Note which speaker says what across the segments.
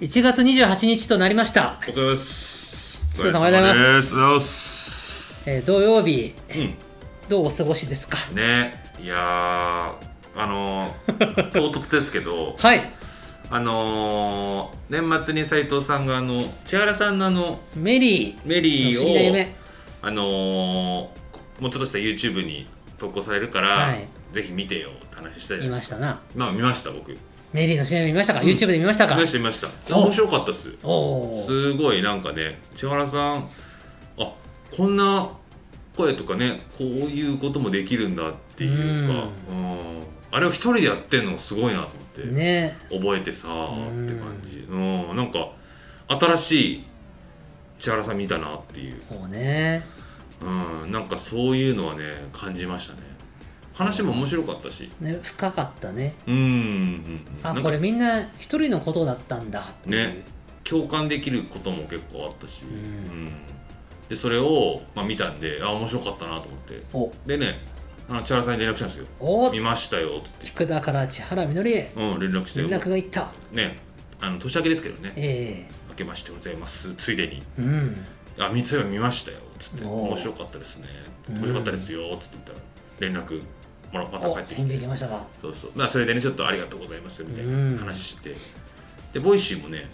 Speaker 1: 1月28日となりました、
Speaker 2: お疲れ様です。
Speaker 1: お疲れ様でございます
Speaker 2: お疲れ様です。
Speaker 1: えー土曜日
Speaker 2: う
Speaker 1: どうお過ごしですか
Speaker 2: ん。ね、いやー、あのー、唐突です けど、
Speaker 1: はい
Speaker 2: あのー、年末に斉藤さんが、あの、千原さんのあの、
Speaker 1: メリ
Speaker 2: メ
Speaker 1: ー
Speaker 2: リ
Speaker 1: 不思議な
Speaker 2: ーを、
Speaker 1: 夢
Speaker 2: あのー、もうちょっとした YouTube に投稿されるから、
Speaker 1: はい
Speaker 2: ぜひ見てよって話した
Speaker 1: 見
Speaker 2: り。
Speaker 1: ましたな
Speaker 2: まあ、見ました、僕。見
Speaker 1: メリーの CM 見ましたか、
Speaker 2: うん
Speaker 1: YouTube で見ましたか
Speaker 2: ました、見ました。
Speaker 1: お
Speaker 2: 面白かったっす。
Speaker 1: おお
Speaker 2: すごいなんかね千原さんあこんな声とかねこういうこともできるんだっていうかうんあれを一人でやってんのすごいなと思って、
Speaker 1: ね
Speaker 2: 覚えてさ
Speaker 1: うん
Speaker 2: って感じうんなんか新しい千原さん見たなっていう、
Speaker 1: そうね
Speaker 2: うん、なんかそういうのはね感じましたね話も面白かったし
Speaker 1: ね深かったね
Speaker 2: うんうんうん
Speaker 1: あ
Speaker 2: なん
Speaker 1: こ
Speaker 2: か
Speaker 1: れみんな一人のことだったんだっていう、
Speaker 2: ね共感できることも結構あったし、
Speaker 1: うん
Speaker 2: うんでそれを、まあ、見たんであ面白かったなと思って
Speaker 1: お
Speaker 2: でねあの千原さんに連絡したんですよ
Speaker 1: お
Speaker 2: 見ましたよっつって
Speaker 1: 菊田から千原みのりへ
Speaker 2: うん連絡して
Speaker 1: 連
Speaker 2: よ
Speaker 1: 絡がいった
Speaker 2: ねあの年明けですけどね
Speaker 1: え
Speaker 2: 明けましてございますついでに
Speaker 1: えうん
Speaker 2: あみそういえば見ましたよっつって
Speaker 1: おー
Speaker 2: 面白かったですね
Speaker 1: うん
Speaker 2: 面白かったですよっつって言ったら連絡もらまた
Speaker 1: お
Speaker 2: 帰ってき
Speaker 1: 返事
Speaker 2: て
Speaker 1: 来ましたか
Speaker 2: そうそうまあそれでねちょっとありがとうございますみたい
Speaker 1: うん
Speaker 2: な話してでボイシーもね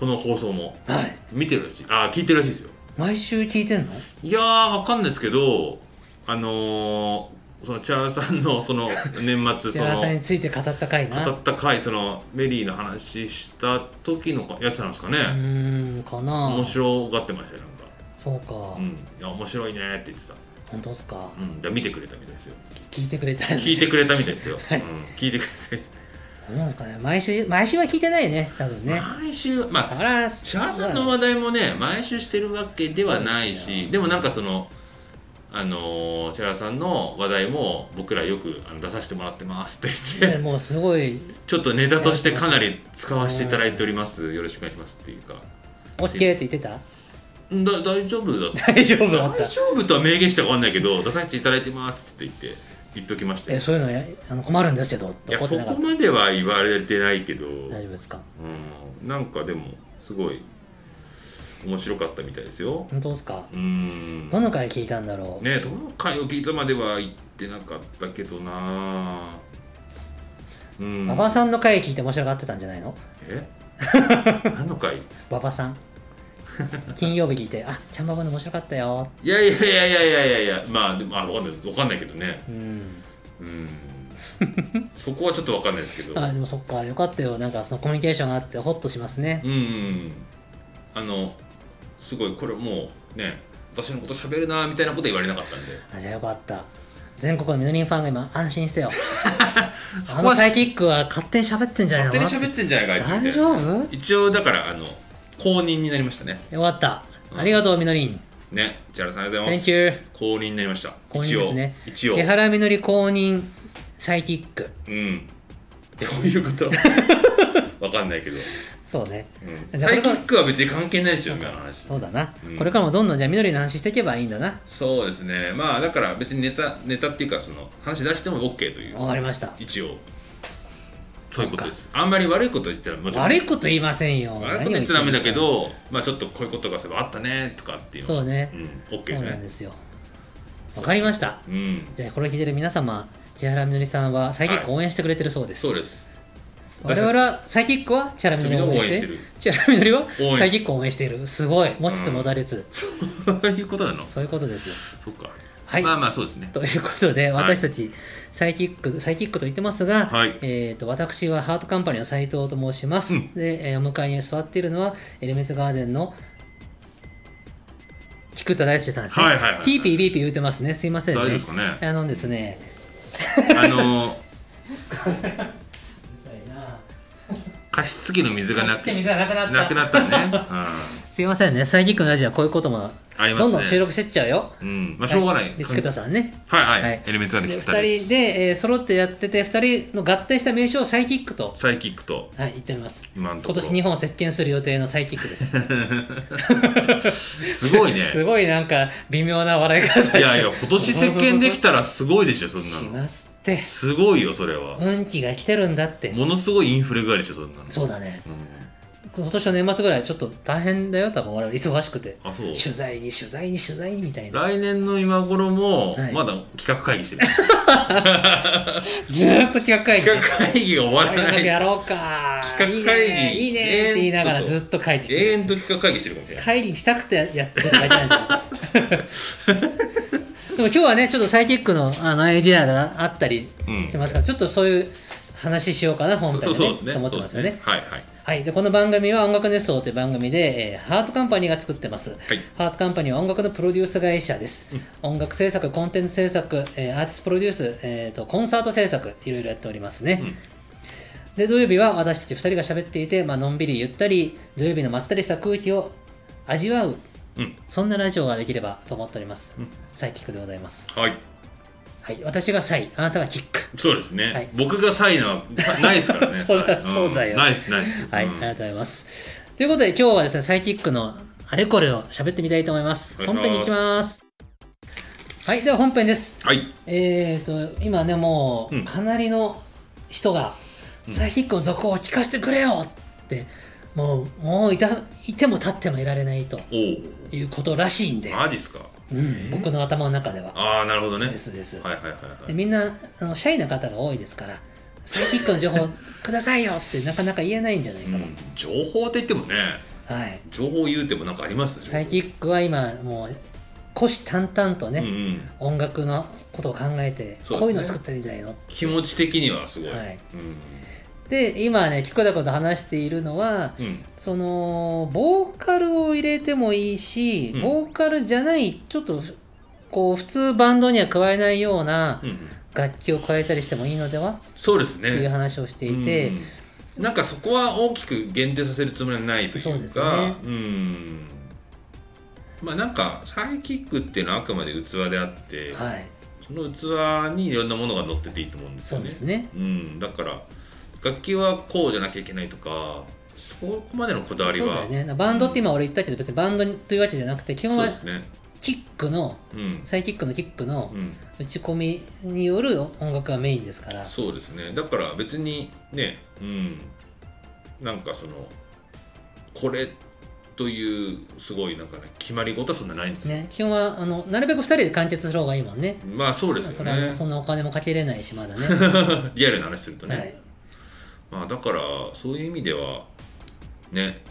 Speaker 2: この放送も
Speaker 1: はい
Speaker 2: 見てるらしいあ聞いてるらしいですよ
Speaker 1: 毎週聞いてんの
Speaker 2: いやー、わかんないですけど、あのー、そのチャーさんの その年末、
Speaker 1: 千
Speaker 2: そ
Speaker 1: 原さんに
Speaker 2: の
Speaker 1: ついて語った回な
Speaker 2: 語った回、そのメリーの話した時のやつなんですか
Speaker 1: う
Speaker 2: ね、
Speaker 1: ーんかな
Speaker 2: 面白がってましたよ、なんか、
Speaker 1: そうか、
Speaker 2: うん、いや、面白いねって言ってた、
Speaker 1: 本当ですか
Speaker 2: うん、だから見てくれたみたいで すよ、
Speaker 1: 聞いてくれた
Speaker 2: 聞いてくれたみたいですよ、
Speaker 1: はい
Speaker 2: うん、聞いてくれ
Speaker 1: なんですかね毎週毎週は聞いてないよね多分
Speaker 2: て、
Speaker 1: ね
Speaker 2: 毎週、まあ、
Speaker 1: あら
Speaker 2: チャーさんの話題もね、毎週してるわけではない
Speaker 1: そうです
Speaker 2: し、でもなんかその、あのー、チャーさんの話題も僕らよくあの出させてもらってますって言って
Speaker 1: ね。もうすごい
Speaker 2: ちょっとネタとしてかなり使わせていただいております。よろしくお願いしますっていうか。
Speaker 1: 「オッケーって言ってた
Speaker 2: んだ大丈夫だった。
Speaker 1: 大丈夫だっ
Speaker 2: 大
Speaker 1: た
Speaker 2: 丈夫とは明言したかわかんないけど、出させていただいてますって言って、言っときました
Speaker 1: え
Speaker 2: よ。
Speaker 1: そういうのやあの困るんですけどって
Speaker 2: いや、
Speaker 1: 怒って
Speaker 2: そ
Speaker 1: なかっ
Speaker 2: こ
Speaker 1: た
Speaker 2: までは言われてないけど、
Speaker 1: 大丈夫ですか
Speaker 2: うん、なんかでも、すごい、面白かったみたいですよ。
Speaker 1: 本当ですか
Speaker 2: うん。
Speaker 1: どの回聞いたんだろう、
Speaker 2: ねどの回を聞いたまでは言ってなかったけどなうん。
Speaker 1: 馬場さんの回聞いて面白がってたんじゃないの
Speaker 2: え 何の回
Speaker 1: 馬場さ ん金曜日聞いて「あちゃんばばの面白かったよ
Speaker 2: いやいやいやいやいやいやいやまあでもあわかんないわかんないけどね」
Speaker 1: うん
Speaker 2: うんそこはちょっとわかんないですけど
Speaker 1: あでもそっかよかったよなんかそのコミュニケーションがあってホッとしますね
Speaker 2: うんうんあのすごいこれもうね私のこと喋るなみたいなこと言われなかったんで
Speaker 1: あじゃあよかった全国のみのりんファンが今安心 してよ
Speaker 2: そ
Speaker 1: あ
Speaker 2: こ
Speaker 1: の
Speaker 2: は
Speaker 1: サイキックは勝手に喋ってんじゃない
Speaker 2: 勝
Speaker 1: の
Speaker 2: 手に喋ってんじゃないかあいつみたい
Speaker 1: 大
Speaker 2: な
Speaker 1: 丈夫
Speaker 2: 一応だからあの公認になりましたね
Speaker 1: よかった
Speaker 2: うん
Speaker 1: ありがとうみのりん
Speaker 2: ね千原さんありがとうございます
Speaker 1: Thank you
Speaker 2: 公認になりました
Speaker 1: 公認ですね
Speaker 2: 一応
Speaker 1: 千
Speaker 2: 一応
Speaker 1: 原みのり公認サイキック
Speaker 2: うんそういうこと わかんないけど、
Speaker 1: そうね
Speaker 2: う
Speaker 1: じ
Speaker 2: ん、
Speaker 1: ゃあこれ
Speaker 2: サイキ
Speaker 1: から
Speaker 2: ックは別に関係ないですよ今の話
Speaker 1: そうだな、
Speaker 2: うん
Speaker 1: これからもどんどんじゃあみのりの話していけばいいんだな
Speaker 2: そうですねまあだから別にネタネタっていうかその話出しても OK という
Speaker 1: わかりました
Speaker 2: 一応そういうことですあんまり悪いこと言ったらもちろん
Speaker 1: 悪いこと言いませんよ
Speaker 2: 悪いこと言っちゃダメだけ
Speaker 1: 何を
Speaker 2: どまあちょっとこういうことがそういえばあったねとかってい
Speaker 1: 言ってんです
Speaker 2: う
Speaker 1: かそう
Speaker 2: ね、
Speaker 1: ね
Speaker 2: う、ん、OK
Speaker 1: そうなん
Speaker 2: ね
Speaker 1: ですよわかりました
Speaker 2: うん
Speaker 1: じゃあこれ聞いてる皆様千原みのりさんはサイキックを応援してくれてるそうです、
Speaker 2: そうです
Speaker 1: 我々はサイキックはチャラミノリを応援してる。チャラミノリはサイキックを応援している。すごい。持ちつ持たれつ。
Speaker 2: そういうことなの
Speaker 1: そういうことですよ。
Speaker 2: そっか、
Speaker 1: はい。
Speaker 2: まあまあそうですね
Speaker 1: ということで、
Speaker 2: はい
Speaker 1: 私たち、サイキック、サイキックと言ってますが、
Speaker 2: はい
Speaker 1: えっ、と、私はハートカンパニーの斉藤と申します。
Speaker 2: うん
Speaker 1: で、えーお迎えに座っているのは、エレメンツガーデンの菊田大輔さんですね。
Speaker 2: はいはいはい
Speaker 1: ピーピーピーピー言ってますね。すいませ
Speaker 2: 大
Speaker 1: んね
Speaker 2: 丈夫。ですかね
Speaker 1: あのですね、
Speaker 2: あの加湿器の水がな
Speaker 1: 走っ
Speaker 2: く
Speaker 1: て水がなくなった。
Speaker 2: なくなったね、うん、
Speaker 1: すいませんね。サイキックのラジオはこういうことも、
Speaker 2: ありますね
Speaker 1: どんどん収録してっちゃうよ。
Speaker 2: うんまあしょうがない、
Speaker 1: はで菊田さんね。
Speaker 2: はいは
Speaker 1: はい
Speaker 2: い。エレメンツがで
Speaker 1: で
Speaker 2: き
Speaker 1: 二
Speaker 2: たで
Speaker 1: 人
Speaker 2: す。
Speaker 1: で、えー揃ってやってて、二人の合体した名称をサイキックと、
Speaker 2: サイキックと
Speaker 1: はい、言っております。
Speaker 2: 今のと
Speaker 1: 今
Speaker 2: ころ。
Speaker 1: 年日本を席巻する予定のサイキックです。
Speaker 2: すごいね。
Speaker 1: すごいなんか微妙な笑い方して
Speaker 2: いやいや、今年石鹸できたらすごいでしょ、そ
Speaker 1: し
Speaker 2: んなの。
Speaker 1: ますって。
Speaker 2: すごいよ、それは。
Speaker 1: 運気が来てるんだって。
Speaker 2: ものすごいインフレぐらいでしょ、そんなの。
Speaker 1: そうだね。
Speaker 2: うん
Speaker 1: 今年の年末ぐらいちょっと大変だよ多分我々忙しくて
Speaker 2: あそう
Speaker 1: 取材に取材に取材にみたいな
Speaker 2: 来年の今頃も
Speaker 1: はい
Speaker 2: まだ企画会議してる、
Speaker 1: ずーっと企画会議
Speaker 2: 企画会議が終わらな
Speaker 1: 企画や
Speaker 2: い
Speaker 1: ろうか
Speaker 2: 企画会議
Speaker 1: いいねいいねって言いながら
Speaker 2: えーそうそう
Speaker 1: ずっと会議して
Speaker 2: 永
Speaker 1: る
Speaker 2: 遠と企画会議してるかもしれない
Speaker 1: 会議したくてやってるだけなん ですよでも今日はねちょっとサイキックのあのアイディアがあったり
Speaker 2: うん
Speaker 1: しますからちょっとそういう話しようかな本
Speaker 2: そう
Speaker 1: 体
Speaker 2: そうそうです
Speaker 1: でね
Speaker 2: ね
Speaker 1: と思って
Speaker 2: そ
Speaker 1: ま
Speaker 2: うで
Speaker 1: よね
Speaker 2: すすねはいはい
Speaker 1: はいでこの番組は「音楽熱奏」という番組で、えーハートカンパニーが作ってます
Speaker 2: はい
Speaker 1: ハートカンパニーは音楽のプロデュース会社です。音楽制作、コンテンツ制作、えーアーティストプロデュース、えーと、コンサート制作、いろいろやっておりますね。
Speaker 2: うん
Speaker 1: で、土曜日は私たち2人が喋っていて、まあのんびりゆったり、土曜日のまったりした空気を味わう、
Speaker 2: うん
Speaker 1: そんなラジオができればと思っております。
Speaker 2: うん
Speaker 1: サイキックでございます。
Speaker 2: はい
Speaker 1: はい、私がサイ、あなたがキック。
Speaker 2: そうですね、
Speaker 1: はい
Speaker 2: 僕がサインはさないですから ね
Speaker 1: そりゃ
Speaker 2: サイン
Speaker 1: そうだよ
Speaker 2: んナイスナイス
Speaker 1: はい、
Speaker 2: うん
Speaker 1: ありがとうございます。ということで今日はですね、サイキックのあれこれを喋ってみたいと思います。
Speaker 2: お願
Speaker 1: 本
Speaker 2: いします
Speaker 1: 編に行きます。はい、では本編です。
Speaker 2: はい
Speaker 1: えー、と今ねも
Speaker 2: う
Speaker 1: うんかなりの人が「
Speaker 2: うん
Speaker 1: サイキックの続報を聞かせてくれよ!」ってもうもういたいても立ってもいられないと
Speaker 2: お
Speaker 1: いうことらしいんで
Speaker 2: お、マジっすか
Speaker 1: うん、僕の頭の中では
Speaker 2: ああなるほどね
Speaker 1: ですです、
Speaker 2: はいはいは
Speaker 1: で
Speaker 2: いはい
Speaker 1: みんなあのシャイな方が多いですから「サイキックの情報くださいよ!」って なかなか言えないんじゃないか
Speaker 2: う
Speaker 1: と、
Speaker 2: ん、情報って言ってもね
Speaker 1: はい、
Speaker 2: 情報言うてもなんかありますね
Speaker 1: サイキックは今もう虎視眈々と
Speaker 2: うん
Speaker 1: ね、
Speaker 2: うん、
Speaker 1: 音楽のことを考えて、
Speaker 2: そうですね
Speaker 1: こういうのを作ったらいいんじゃないの
Speaker 2: 気持ち的にはすごい、
Speaker 1: はい
Speaker 2: うん
Speaker 1: で今ね菊田君と話しているのは
Speaker 2: うん、
Speaker 1: そのボーカルを入れてもいいし、
Speaker 2: うん
Speaker 1: ボーカルじゃないちょっとこう普通バンドには加えないような
Speaker 2: うんうん
Speaker 1: 楽器を加えたりしてもいいのではっ
Speaker 2: そうです
Speaker 1: ていう
Speaker 2: ね
Speaker 1: 話をしていて、
Speaker 2: うんなんかそこは大きく限定させるつもりはないというか
Speaker 1: そうですね
Speaker 2: んまあなんかサイキックっていうのはあくまで器であって、
Speaker 1: はい
Speaker 2: その器にいろんなものが乗ってていいと思うんです
Speaker 1: そ
Speaker 2: よ
Speaker 1: う
Speaker 2: ね
Speaker 1: ですね
Speaker 2: うん、だから楽器はこうじゃなきゃいけないとかそこまでのこだわり
Speaker 1: そう
Speaker 2: は
Speaker 1: だよねバンドって今俺言ったけど別にバンドというわけじゃなくて基本
Speaker 2: そう
Speaker 1: は
Speaker 2: ですね
Speaker 1: キックの
Speaker 2: うん、
Speaker 1: サイキックのキックの
Speaker 2: うん、
Speaker 1: 打ち込みによる音楽がメインですから
Speaker 2: そうですねだから別にねうんなんかそのこれというすごいなんかね決まり事はそんなないんですよ、
Speaker 1: ね基本はあのなるべく2人で完結する方がいいもんね
Speaker 2: まあそうです
Speaker 1: そ
Speaker 2: よ
Speaker 1: れは
Speaker 2: ね
Speaker 1: そんなお金もかけれないしま だね
Speaker 2: リアルな話するとね、
Speaker 1: はい
Speaker 2: まあだからそういう意味ではね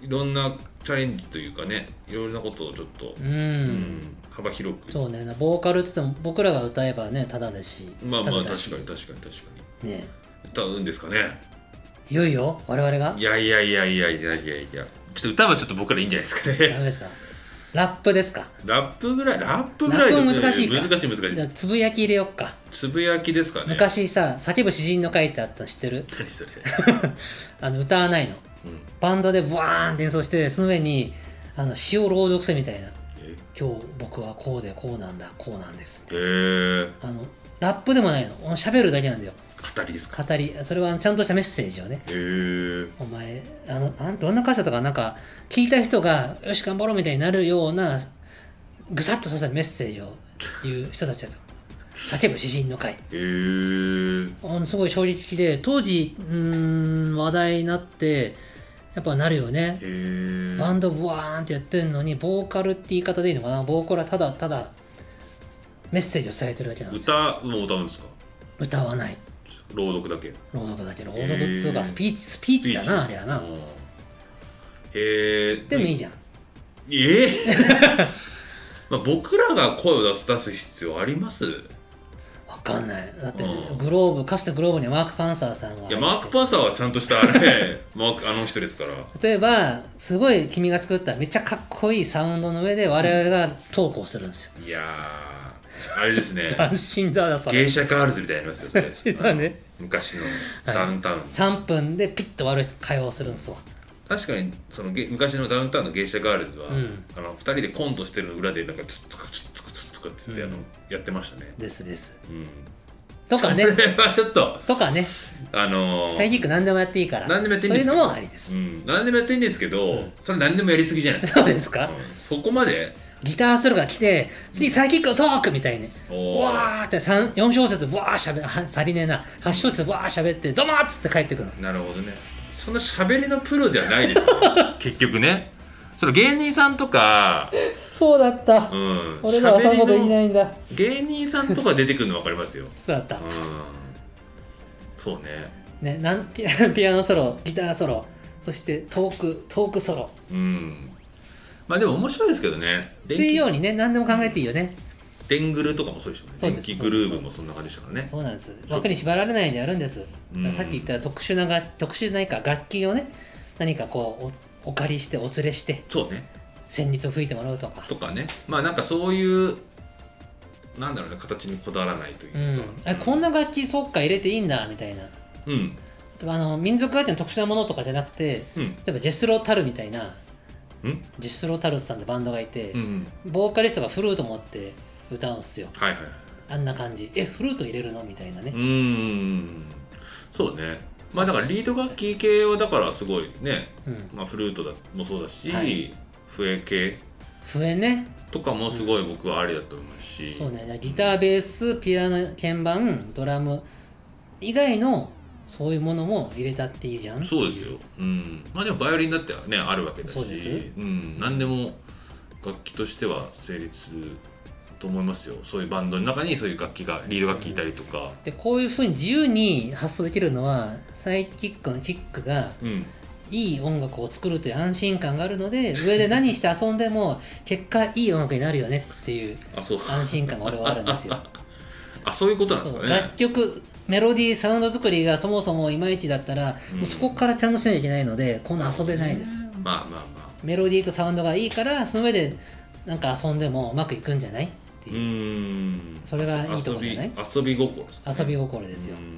Speaker 2: いろんなチャレンジというかねいろんなことをちょっと、
Speaker 1: う
Speaker 2: うんん幅広く
Speaker 1: そうね、ボーカルって言っても僕らが歌えばね、ただだし。
Speaker 2: まあま
Speaker 1: タ
Speaker 2: あ
Speaker 1: ダ
Speaker 2: 確か
Speaker 1: だし
Speaker 2: に確かに確かに
Speaker 1: ね。
Speaker 2: 歌うんですかね
Speaker 1: いよいよ、我々が
Speaker 2: い。やいやいやいやいやいやいやちょっと歌はちょっと僕らいいんじゃないですか
Speaker 1: ダ
Speaker 2: ね
Speaker 1: メですか。ラップですか。
Speaker 2: ラップぐらいラップぐらいで
Speaker 1: ラップも難しいか
Speaker 2: 難しい難しい
Speaker 1: じゃあ、つぶやき入れよっか。
Speaker 2: つぶやきですかね
Speaker 1: 昔さ、叫ぶ詩人の書いてあったの知ってる
Speaker 2: 何それ、
Speaker 1: あの、歌わないの。
Speaker 2: うん、
Speaker 1: バンドでブワーンって演奏して、その上に、あの、詩を朗読せみたいな。
Speaker 2: え
Speaker 1: 今日僕はこうで、こうなんだ、こうなんです。
Speaker 2: えー、
Speaker 1: あの、ラップでもないの。喋るだけなんだよ。
Speaker 2: 語りですか
Speaker 1: 語り。それはちゃんとしたメッセージをね。
Speaker 2: えー、
Speaker 1: お前あのなんどんな歌詞だったかなんか聞いた人がよし頑張ろうみたいになるようなぐさっと刺さるメッセージを言う人たちだと叫ぶ詩人の会
Speaker 2: えー、
Speaker 1: あのすごい衝撃的で当時うーん話題になってやっぱなるよね
Speaker 2: えー、
Speaker 1: バンドブワーンってやってるのにボーカルって言い方でいいのかなボーカルはただただメッセージを伝えてるだけなんですよ
Speaker 2: 歌も歌うんですか
Speaker 1: 歌わない
Speaker 2: 朗読だけ
Speaker 1: 朗読だけど朗読っつう
Speaker 2: へ
Speaker 1: か
Speaker 2: ー
Speaker 1: スピーチスピーチだなあれやな
Speaker 2: うんえー、
Speaker 1: でもいいじゃん
Speaker 2: ええ まあ僕らが声を出す出す必要あります
Speaker 1: わかんないだって
Speaker 2: うん
Speaker 1: グローブかつてグローブにはマーク・パンサーさんが
Speaker 2: いやマーク・パンサーはちゃんとしたあれマークあの人ですから
Speaker 1: 例えばすごい君が作っためっちゃかっこいいサウンドの上で我々が投稿するんですよ、
Speaker 2: いやーあれで すね
Speaker 1: 斬新だなそ
Speaker 2: 芸
Speaker 1: れ
Speaker 2: 者ガールズみたいになりますよそれ
Speaker 1: 斬 新だね
Speaker 2: あの昔のダウンタウン、
Speaker 1: 3分でピッと悪い会話をするんですわ
Speaker 2: 確かにそのげ昔のダウンタウンの芸者ガールズは、
Speaker 1: うん
Speaker 2: あの2人でコントしてるの裏でなんかツッツクツッツクツッツクって言って、あ
Speaker 1: う
Speaker 2: の
Speaker 1: ん
Speaker 2: やってましたね
Speaker 1: ですです
Speaker 2: うん
Speaker 1: とかね
Speaker 2: それはちょっと
Speaker 1: とかね
Speaker 2: あのー
Speaker 1: サイキック何でもやっていいから
Speaker 2: 何でもやっていいんです
Speaker 1: そう
Speaker 2: よ
Speaker 1: いうのもありです、
Speaker 2: うん、何でもやっていいんですけど、
Speaker 1: うん
Speaker 2: それ何でもやりすぎじゃないで すか
Speaker 1: そうですか、
Speaker 2: うんそこまで
Speaker 1: ギターソロが来て次サイキックをトークみたいに、
Speaker 2: おー
Speaker 1: わーって三4小節わーしゃべは足りねえな8小節わーしゃべってどうもーっつって帰ってくるの
Speaker 2: なるほどねそんな喋りのプロではない ですよ結局ねその芸人さんとか、
Speaker 1: そうだった
Speaker 2: う。ん、
Speaker 1: 俺らはそんなことでき
Speaker 2: 喋りの
Speaker 1: ないんだ。
Speaker 2: 芸人さんとか出てくるの分かりますよ、
Speaker 1: そうだった
Speaker 2: うん。、そうね
Speaker 1: ね、なん ピピアノソロ、ギターソロ、そしてトーク、トークソロ。
Speaker 2: うんまあでも面白いですけどね
Speaker 1: って
Speaker 2: 電
Speaker 1: いう
Speaker 2: 気
Speaker 1: ようにね、何でも考えていいよね。
Speaker 2: デングルとかもそうでしょうね
Speaker 1: そうで
Speaker 2: 電
Speaker 1: す
Speaker 2: 気グルーブもそんな感じでしたからね
Speaker 1: そうなんです。枠に縛られないでやるんです。
Speaker 2: うん
Speaker 1: さっき言った特殊なが、特殊ないか楽器をね、何かこうお、お借りして、お連れして、
Speaker 2: そうね
Speaker 1: 旋律を吹いてもらうとか。
Speaker 2: とかねまあなんかそういうなんだろうね形にこだわらないという
Speaker 1: う
Speaker 2: か、
Speaker 1: ん、あこんな楽器そっか入れていいんだみたいな
Speaker 2: うん
Speaker 1: あの民族楽器の特殊なものとかじゃなくて
Speaker 2: うん
Speaker 1: 例えばジェスロー・タルみたいな
Speaker 2: うん
Speaker 1: ジェスロー・タルさんってバンドがいて、
Speaker 2: うん
Speaker 1: ボーカリストがフルート持って歌うんすよ
Speaker 2: はいはいはい
Speaker 1: あんな感じえフルート入れるのみたいなね
Speaker 2: う、ーんそうねまあだからリード楽器系はだからすごいね、
Speaker 1: うん、
Speaker 2: まあ、フルートだもそうだし、
Speaker 1: はい
Speaker 2: 笛系
Speaker 1: 笛ね
Speaker 2: とかもすごい僕はありだと思うし、
Speaker 1: そうねだからギターベースピアノ鍵盤ドラム以外のそういうものも入れたっていいじゃん
Speaker 2: そうですよ、うん、まあでもバイオリンだってねあるわけだし
Speaker 1: そうです
Speaker 2: ん、何でも楽器としては成立すると思いますよそういうバンドの中にそういう楽器がリード楽器いたりとか、
Speaker 1: でこういうふうに自由に発想できるのはサイキックのキックが
Speaker 2: うん、
Speaker 1: いい音楽を作るという安心感があるので上で何して遊んでも結果いい音楽になるよねっていう
Speaker 2: あそう
Speaker 1: 安心感が俺はあるんですよ
Speaker 2: あそういうことなんです
Speaker 1: そ
Speaker 2: か
Speaker 1: う
Speaker 2: ね
Speaker 1: 楽曲メロディーサウンド作りがそもそもいまいちだったら、
Speaker 2: うん
Speaker 1: もうそこからちゃんとしなきゃいけないのでこんな遊べないです、
Speaker 2: まあまあまあ
Speaker 1: メロディーとサウンドがいいからその上でなんか遊んでもうまくいくんじゃないって
Speaker 2: う
Speaker 1: いう、
Speaker 2: ーん
Speaker 1: それがいいとこじゃない
Speaker 2: 遊び遊び心ですかね
Speaker 1: 遊び心ですよ
Speaker 2: う、ん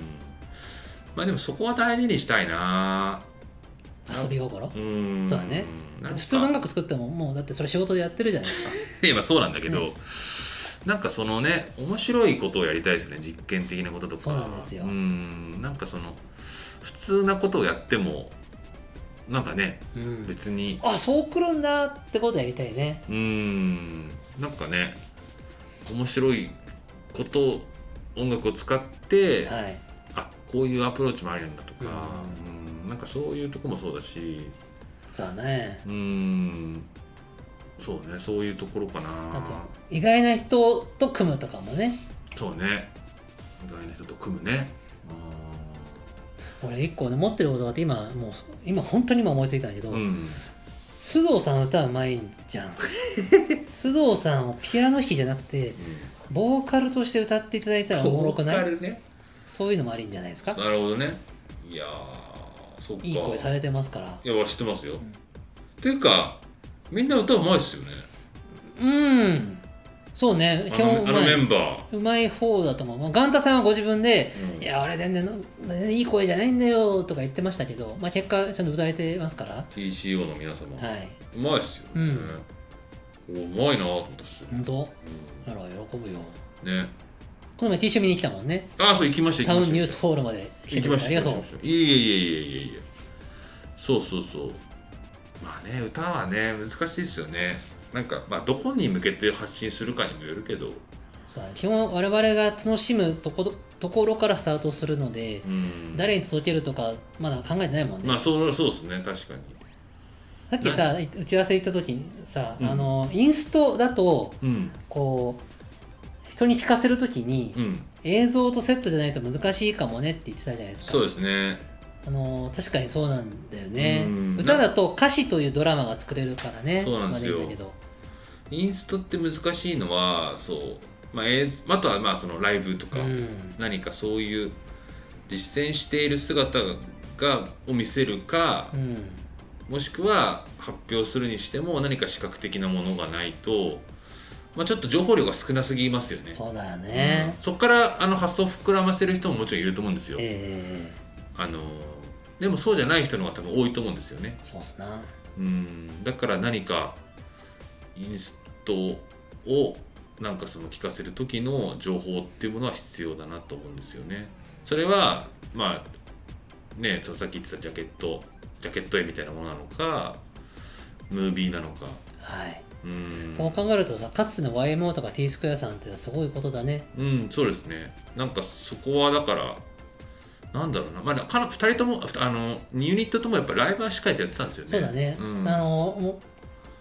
Speaker 2: まあでもそこは大事にしたいなうん
Speaker 1: 遊び心、
Speaker 2: うん
Speaker 1: そうだねだっ
Speaker 2: なんか
Speaker 1: て普通の音楽作ってももうだってそれ仕事でやってるじゃないですか
Speaker 2: いやまあそうなんだけど、なんかそのね面白いことをやりたいですね実験的なこととか
Speaker 1: そうなんですよ
Speaker 2: うんなんかその普通なことをやってもなんかね
Speaker 1: うん
Speaker 2: 別に
Speaker 1: あそうくるんだってことやりたいね
Speaker 2: うんなんかね面白いこと音楽を使って、
Speaker 1: はい
Speaker 2: あこういうアプローチもあるんだとか、うん、なんかそういうとこもそうだし
Speaker 1: そうだね
Speaker 2: うんそうねそういうところかな
Speaker 1: あと意外な人と組むとかもね
Speaker 2: そうね意外な人と組むね
Speaker 1: 俺一個ね持ってることがあって今もう今本当に今思いついたんだけど、
Speaker 2: うん
Speaker 1: 須藤さん歌うまいんじ ゃん須藤さんをピアノ弾きじゃなくてボーカルとして歌っていただいたらおもろくな
Speaker 2: ボーカ
Speaker 1: い
Speaker 2: ルね
Speaker 1: そういうのもありんじゃないですか
Speaker 2: なるほどねいやーそっか
Speaker 1: いい声されてますから
Speaker 2: いや知ってますよ、
Speaker 1: ん
Speaker 2: っていうかみんな歌うまいっすよね
Speaker 1: うんそうね
Speaker 2: あ
Speaker 1: 基本
Speaker 2: の
Speaker 1: う
Speaker 2: あの
Speaker 1: ま
Speaker 2: メ
Speaker 1: い
Speaker 2: ンバー、
Speaker 1: うまい方だと思う、まあ、ガンタさんはご自分で
Speaker 2: うん
Speaker 1: 「いや俺全然の全然いい声じゃないんだよ」とか言ってましたけど、まあ、結果ちゃんと歌えてますからは
Speaker 2: TCO の皆様、
Speaker 1: いう
Speaker 2: まいっすよね、おうまいなと思ったっすよ、
Speaker 1: 本当
Speaker 2: う
Speaker 1: あら喜ぶよ
Speaker 2: んね
Speaker 1: この前 T シャツ見に来たもんね
Speaker 2: ああそう行きました
Speaker 1: タ
Speaker 2: 行
Speaker 1: ウン
Speaker 2: きました
Speaker 1: ニュースホールまで来て
Speaker 2: 行き
Speaker 1: くれ
Speaker 2: ま
Speaker 1: て
Speaker 2: し
Speaker 1: あ
Speaker 2: た
Speaker 1: りがとう
Speaker 2: 行きましたいえいえいえいえいえいえそうそうそうまあね歌はね難しいですよねなんかまあどこに向けて発信するかにもよるけど
Speaker 1: そうだね基本我々が楽しむとこところからスタートするので
Speaker 2: うん
Speaker 1: 誰に届けるとかまだ考えてないもんね、
Speaker 2: まあそうそうですね確かに
Speaker 1: さっきさ打ち合わせ行った時にさ、
Speaker 2: うん
Speaker 1: あのインストだと
Speaker 2: うん
Speaker 1: こう人に聞かせる時に
Speaker 2: うん
Speaker 1: 映像とセットじゃないと難しいかもねって言ってたじゃないですか
Speaker 2: そうですね
Speaker 1: あの確かにそうなんだよね
Speaker 2: うん
Speaker 1: 歌だと歌詞というドラマが作れるからね
Speaker 2: そうなんですよ
Speaker 1: まだいいんだけど
Speaker 2: インストって難しいのはそうまあ映像あとはまあそのライブとか、
Speaker 1: うん
Speaker 2: 何かそういう実践している姿がを見せるか
Speaker 1: う、ん
Speaker 2: もしくは発表するにしても何か視覚的なものがないと、まあ、ちょっと情報量が少なすぎますよね。
Speaker 1: そうだよね
Speaker 2: うん、そこからあの発想を膨らませる人ももちろんいると思うんですよ。
Speaker 1: え
Speaker 2: あのでもそうじゃない人の方が多分多いと思うんですよね
Speaker 1: え。そうっすな
Speaker 2: うんだから何かインストをなんかその聞かせる時の情報っていうものは必要だなと思うんですよね。それはまあねそのさっき言ってたジャケットジャケット絵みたいなものなのかムービーなのか。
Speaker 1: はい、
Speaker 2: うん
Speaker 1: そう考えるとさかつての YMO とか T スクエアさんってすごいことだね
Speaker 2: うん、そうですね。なんかそこはだから、なんだろうな、まあ、かな2人ともあの2ユニットともやっぱライブはしっかりとやってたんですよね
Speaker 1: そうだね、
Speaker 2: うん、
Speaker 1: あのも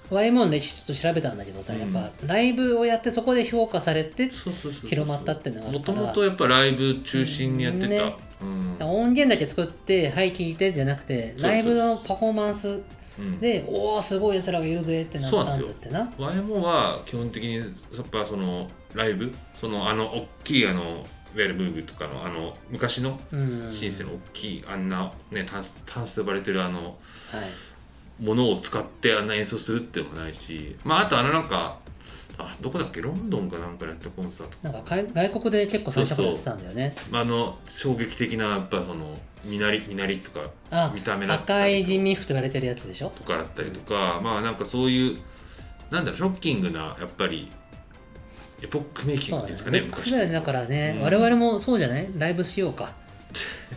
Speaker 1: う YMO の歴史ちょっと調べたんだけどさ、
Speaker 2: うん
Speaker 1: やっぱライブをやってそこで評価されて
Speaker 2: そうそうそうそう
Speaker 1: 広まったっていうのがあ
Speaker 2: も
Speaker 1: る
Speaker 2: と
Speaker 1: から
Speaker 2: もとやっぱライブ中心にやってた、
Speaker 1: ね
Speaker 2: うん
Speaker 1: 音源だけ作ってはい聞いてじゃなくて
Speaker 2: そう
Speaker 1: ライブのパフォーマンス
Speaker 2: うん
Speaker 1: でおおすごいやつらがいるぜってなったんだってな
Speaker 2: YMO は基本的にやっぱそのライブそのあの大きいあのいわゆるムーブとかのあの昔の
Speaker 1: うん
Speaker 2: シンセの大きい、あんなねタンスタンスと呼ばれてるあの
Speaker 1: はい
Speaker 2: ものを使ってあんな演奏するっていうのもないしまああとあのなんかあどこだっけロンドンかなんかでやったコンサート
Speaker 1: なんか海外国で結構最初からやってたんだよね
Speaker 2: まああの衝撃的なやっぱそのみなりみなりとか
Speaker 1: あ
Speaker 2: 見た目だった
Speaker 1: 赤
Speaker 2: り
Speaker 1: い
Speaker 2: とか
Speaker 1: 人民服と言われてるやつでしょ
Speaker 2: とかだったりとか、まあなんかそういうなんだろうショッキングなやっぱりエポックメイキン
Speaker 1: そ
Speaker 2: グ
Speaker 1: う
Speaker 2: って
Speaker 1: だ
Speaker 2: いうん
Speaker 1: ねロッ
Speaker 2: ですかね
Speaker 1: クスだよねだからね、
Speaker 2: うん
Speaker 1: 我々もそうじゃないライブしよう か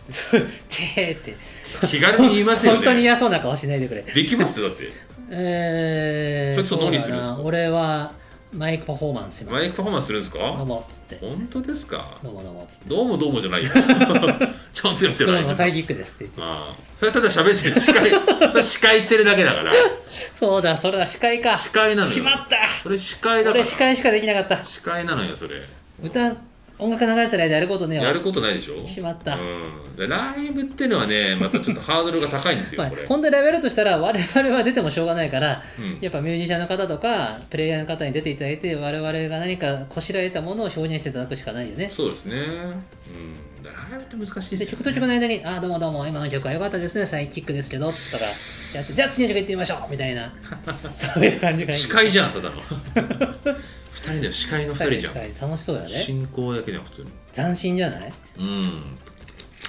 Speaker 1: てーって
Speaker 2: 気軽に言いますよね
Speaker 1: 本当に嫌そうな顔しないでくれ
Speaker 2: できますだって
Speaker 1: えー、
Speaker 2: それと何するんですか
Speaker 1: そうだな俺はマイクパフォーマンスします
Speaker 2: マイクパフォーマンスするんです
Speaker 1: どう
Speaker 2: か
Speaker 1: もっつって
Speaker 2: 本当ですか
Speaker 1: どうもどうもっつって
Speaker 2: どうもどうもじゃないよ ちゃんとやって
Speaker 1: ど
Speaker 2: な
Speaker 1: う
Speaker 2: い
Speaker 1: もサイキックですって言って
Speaker 2: ああそれただ喋ってる 司会それ司会してるだけだから
Speaker 1: そうだそれは司会か
Speaker 2: 司会なのよ
Speaker 1: しまった
Speaker 2: それ司会だから
Speaker 1: 俺司会しかできなかった
Speaker 2: 司会なのよそれ
Speaker 1: 歌音楽流れてる間やることねえわ
Speaker 2: やることないでしょ
Speaker 1: しまった
Speaker 2: うんでライブっていうのはねまたちょっとハードルが高いんです よ
Speaker 1: まあ
Speaker 2: これ、
Speaker 1: 本当にライブやるとしたら我々は出てもしょうがないから
Speaker 2: うん
Speaker 1: やっぱミュージシャンの方とかプレイヤーの方に出ていただいて我々が何かこしらえたものを表現していただくしかないよね
Speaker 2: そうですね。うん。だからライブって難しいで
Speaker 1: です
Speaker 2: よ、
Speaker 1: 曲
Speaker 2: ね。
Speaker 1: と曲の間に「あーどうもどうも今の曲は良かったですねサイキックですけど」とかやって「じゃあ次の曲いってみましょう」みたい なそういう感じがいい
Speaker 2: 司会じゃん、ただの。二人だよ、司会の二人じゃん。
Speaker 1: ん楽しそうだね
Speaker 2: 進行だけじゃん、普通に。
Speaker 1: 斬新じゃない
Speaker 2: うん。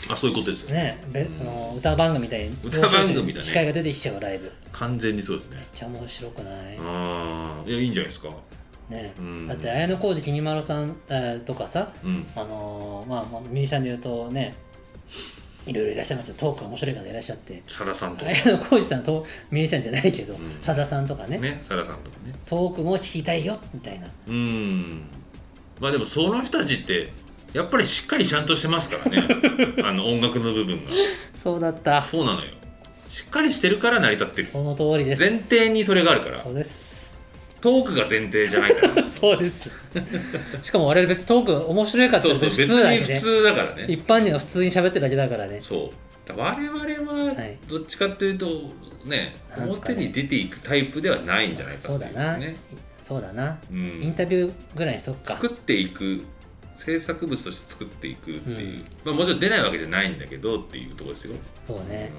Speaker 2: あ、そういうことですよね。
Speaker 1: ねべあの歌番組みたいに
Speaker 2: 歌番組だね
Speaker 1: 司会が出てきちゃうライブめっ
Speaker 2: 完全にそうですね。
Speaker 1: ちゃ面白くない
Speaker 2: ああ、いや、いいんじゃないですか。
Speaker 1: ね
Speaker 2: うん
Speaker 1: だって綾小路きみまろさんえーとかさ
Speaker 2: うん。
Speaker 1: あのーまあ、まあ、ミュージシャンで言うとねいろいろいらっしゃいますよトークが面白い方いらっしゃって
Speaker 2: さださんとか。
Speaker 1: 綾小路さんとミュージシャンじゃないけど
Speaker 2: ん
Speaker 1: さだ、さんとかね
Speaker 2: ね、さださんとかね。
Speaker 1: トークも聞きたいよみたいな
Speaker 2: うん。まあでも、その人たちって、やっぱりしっかりちゃんとしてますから ね。あの、音楽の部分が。
Speaker 1: そうだった
Speaker 2: そうなのよ。しっかりしてるから成り立ってる。
Speaker 1: その通りです
Speaker 2: 前提にそれがあるから
Speaker 1: そ。うです
Speaker 2: トークが前提じゃないから。
Speaker 1: そうですしかも我々別にトーク面白いかって
Speaker 2: そ
Speaker 1: 言
Speaker 2: う
Speaker 1: う
Speaker 2: そ
Speaker 1: と普
Speaker 2: う別
Speaker 1: 通だし
Speaker 2: に
Speaker 1: ね
Speaker 2: 普通だからね
Speaker 1: 一般人が普通に喋ってるだけだからね
Speaker 2: そうだから我々は
Speaker 1: はい
Speaker 2: どっちかっていうとね、
Speaker 1: なんすか
Speaker 2: 表
Speaker 1: ね
Speaker 2: に出ていくタイプではないんじゃないか
Speaker 1: そ
Speaker 2: っ
Speaker 1: う
Speaker 2: てい
Speaker 1: だな、
Speaker 2: ね
Speaker 1: そうだな
Speaker 2: う
Speaker 1: イン
Speaker 2: ん
Speaker 1: タビューぐらいにしとっか
Speaker 2: 作っていく制作物として作っていくってい
Speaker 1: う
Speaker 2: う、
Speaker 1: ん
Speaker 2: まあ、もちろん出ないわけじゃないんだけどっていうところですよ、
Speaker 1: そう
Speaker 2: うん
Speaker 1: ね、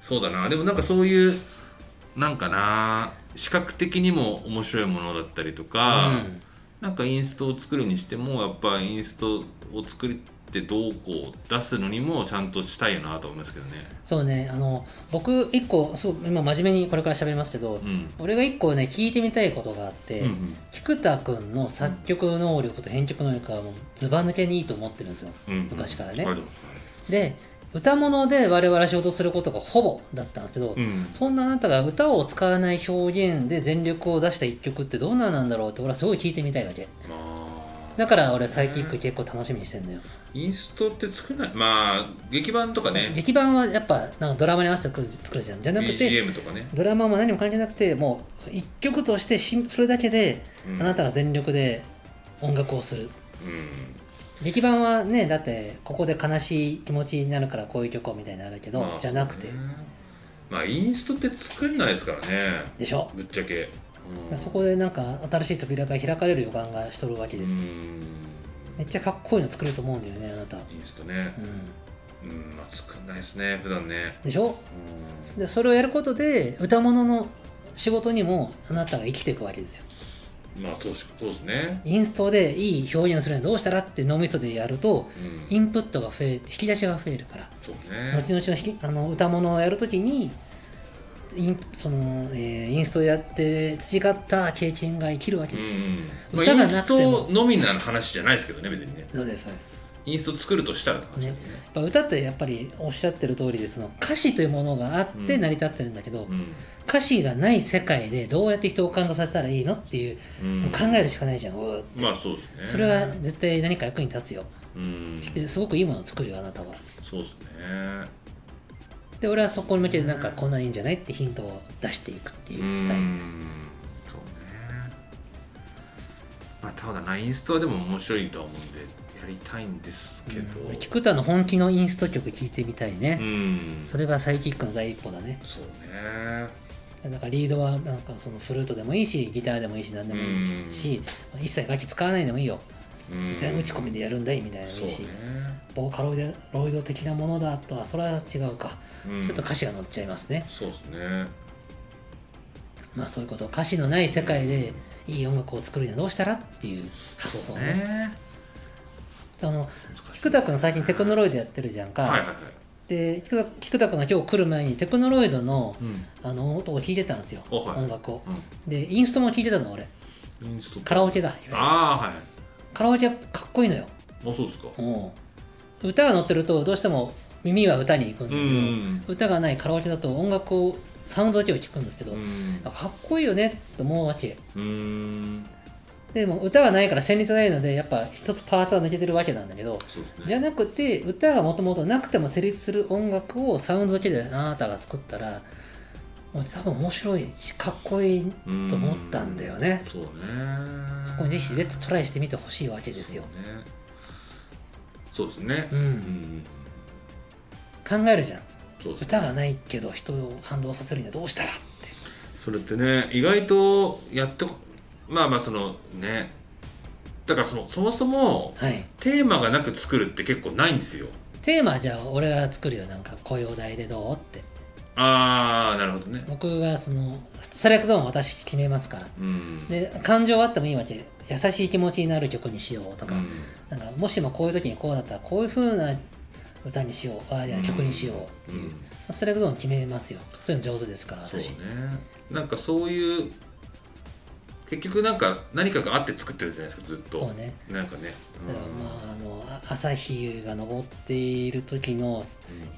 Speaker 2: そうだなでもなんかそういうなんかな視覚的にも面白いものだったりと
Speaker 1: う
Speaker 2: か、
Speaker 1: ん、
Speaker 2: なんかインストを作るにしてもやっぱインストを作ってどうこう出すのにもちゃんとしたいよなと思いますけどね。
Speaker 1: そうねあの僕一個すごい今真面目にこれから喋りますけど、
Speaker 2: うん。
Speaker 1: 俺が一個ね聞いてみたいことがあって、
Speaker 2: うんうん
Speaker 1: 菊田君の作曲能力と編曲能力はもうずば抜けにいいと思ってるんですよ
Speaker 2: うん
Speaker 1: 昔からね
Speaker 2: ありがとう
Speaker 1: で歌物で我々は仕事することがほぼだったんですけど、
Speaker 2: ございます
Speaker 1: そんなあなたが歌を使わない表現で全力を出した一曲ってどんななんだろうって俺はすごい聞いてみたいわけ
Speaker 2: うん。まあ
Speaker 1: だから俺サイキック結構楽しみにしてんのよ、
Speaker 2: インストって作らないまあ劇版とかね
Speaker 1: 劇版はやっぱなんかドラマに合わせて作るじゃんじゃなくて
Speaker 2: BGM とかね。
Speaker 1: ドラマも何も関係なくてもう一曲としてシンプルだけで
Speaker 2: うん
Speaker 1: あなたが全力で音楽をする
Speaker 2: うん。
Speaker 1: 劇版はねだってここで悲しい気持ちになるからこういう曲をみたいなのあるけど、
Speaker 2: まあ
Speaker 1: じゃなくて、
Speaker 2: そうねまあインストって作んないですからね。
Speaker 1: でしょ
Speaker 2: ぶっちゃけ。うん
Speaker 1: そこでなんか新しい扉が開かれる予感がしとるわけ
Speaker 2: う
Speaker 1: です、
Speaker 2: ん。
Speaker 1: めっちゃかっこいいの作ると思うんだよねあなた、う
Speaker 2: インストね。
Speaker 1: ん、
Speaker 2: うん。まあ作んないですね普段ね。
Speaker 1: でしょ
Speaker 2: うん
Speaker 1: でそれをやることで歌物の仕事にもあなたが生きていくわけですよ
Speaker 2: まあそうしそうですね。
Speaker 1: インストでいい表現をするにはどうしたらって脳みそでやると
Speaker 2: うん
Speaker 1: インプットが増えて引き出しが増えるから
Speaker 2: そうね。
Speaker 1: 後々の引きあの歌物をやるときにインその、えーインストをやって培った経験が生きるわけ
Speaker 2: うん
Speaker 1: です、
Speaker 2: うんまあ、
Speaker 1: 歌
Speaker 2: イ
Speaker 1: が
Speaker 2: ン
Speaker 1: な
Speaker 2: ス
Speaker 1: くても
Speaker 2: トのみな話じゃないですけどね別にね
Speaker 1: そうですそうです
Speaker 2: インスト作るとしたらの話だよね
Speaker 1: やっぱ歌ってやっぱりおっしゃってる通りでその歌詞というものがあって
Speaker 2: うん
Speaker 1: 成り立ってるんだけど、
Speaker 2: うん
Speaker 1: 歌詞がない世界でどうやって人を感動させたらいいのっていう
Speaker 2: うん
Speaker 1: 考えるしかないじゃん、うー
Speaker 2: まあそうですね
Speaker 1: それは絶対何か役に立つよ
Speaker 2: ううん
Speaker 1: ですごくいいものを作るよあなたは
Speaker 2: そうですね
Speaker 1: で俺はそこに向けてなんかこんなにいいんじゃないってヒントを出していくっていうスタイルです
Speaker 2: うんそうねまあただなインストはでも面白いとは思うんでやりたいんですけど
Speaker 1: うん俺菊田の本気のインスト曲聴いてみたいね、
Speaker 2: うん
Speaker 1: それがサイキックの第一歩だね
Speaker 2: そうね
Speaker 1: なんかリードはなんかそのフルートでもいいしギターでもいいし何でもいいし、まあ一切楽器使わないでもいいよ、
Speaker 2: うん
Speaker 1: 全部打ち込みでやるんだいみたいなのもい
Speaker 2: そ
Speaker 1: いうし、
Speaker 2: ね
Speaker 1: ボーカロイドロイド的なものだとはそれは違うか、
Speaker 2: うん
Speaker 1: ちょっと歌詞が載っちゃいますね
Speaker 2: そうですね
Speaker 1: まあそういうこと歌詞のない世界でいい音楽を作るにはどうしたらっていう発想
Speaker 2: そう
Speaker 1: ね
Speaker 2: ね
Speaker 1: あの
Speaker 2: 難しい
Speaker 1: 菊田君最近テクノロイドやってるじゃんか、
Speaker 2: はいはいはい
Speaker 1: で菊田菊田君が今日来る前にテクノロイドの
Speaker 2: うん
Speaker 1: あの音を聞いてたんですよ、
Speaker 2: おはい
Speaker 1: 音楽をでインストも聞いてたの俺
Speaker 2: うんインスト
Speaker 1: カラオケだ
Speaker 2: ああはい
Speaker 1: カラオケはかっこいいのよ
Speaker 2: あそうですか
Speaker 1: うん歌が乗ってるとどうしても耳は歌に行くんだ
Speaker 2: う
Speaker 1: けど、
Speaker 2: ん
Speaker 1: 歌がないカラオケだと音楽をサウンドだけを聞くんですけど、
Speaker 2: う
Speaker 1: あ
Speaker 2: ん
Speaker 1: かっこいいよねと思うわけ
Speaker 2: うん
Speaker 1: でも歌がないから旋律ないのでやっぱ一つパーツは抜けてるわけなんだけど
Speaker 2: そうですね
Speaker 1: じゃなくて歌がもともとなくても成立する音楽をサウンドだけであなたが作ったらもう多分面白いしかっこいいと思ったんだよね
Speaker 2: そうね
Speaker 1: そこにぜひレッツトライしてみてほしいわけですよ、
Speaker 2: そうねそうですね
Speaker 1: う、
Speaker 2: うんん
Speaker 1: 考えるじゃん
Speaker 2: そうですね
Speaker 1: 歌がないけど人を感動させるにはどうしたらって
Speaker 2: それってね意外とやってこまあまあそのねだからそのそもそも
Speaker 1: はい
Speaker 2: テーマがなく作るって結構ないんですよ
Speaker 1: テーマじゃあ俺が作るよなんか雇用代でどうって
Speaker 2: ああなるほどね
Speaker 1: 僕がそのセレクトゾーン私決めますから
Speaker 2: うん
Speaker 1: で感情はあってもいいわけ優しい気持ちになる曲にしようと
Speaker 2: う
Speaker 1: か,、
Speaker 2: ん
Speaker 1: なんかもしもこういう時にこうだったらこういう風な歌にしようあいや
Speaker 2: うん
Speaker 1: 曲にしようっていう、
Speaker 2: うん
Speaker 1: セレクトゾーン決めますよそういうの上手ですから
Speaker 2: そ
Speaker 1: 私
Speaker 2: うねなんかそういう結局なんか何かがあって作ってるじゃないですかずっと
Speaker 1: そうね
Speaker 2: なんかね
Speaker 1: だからまああのあ朝日が昇っている時の
Speaker 2: うん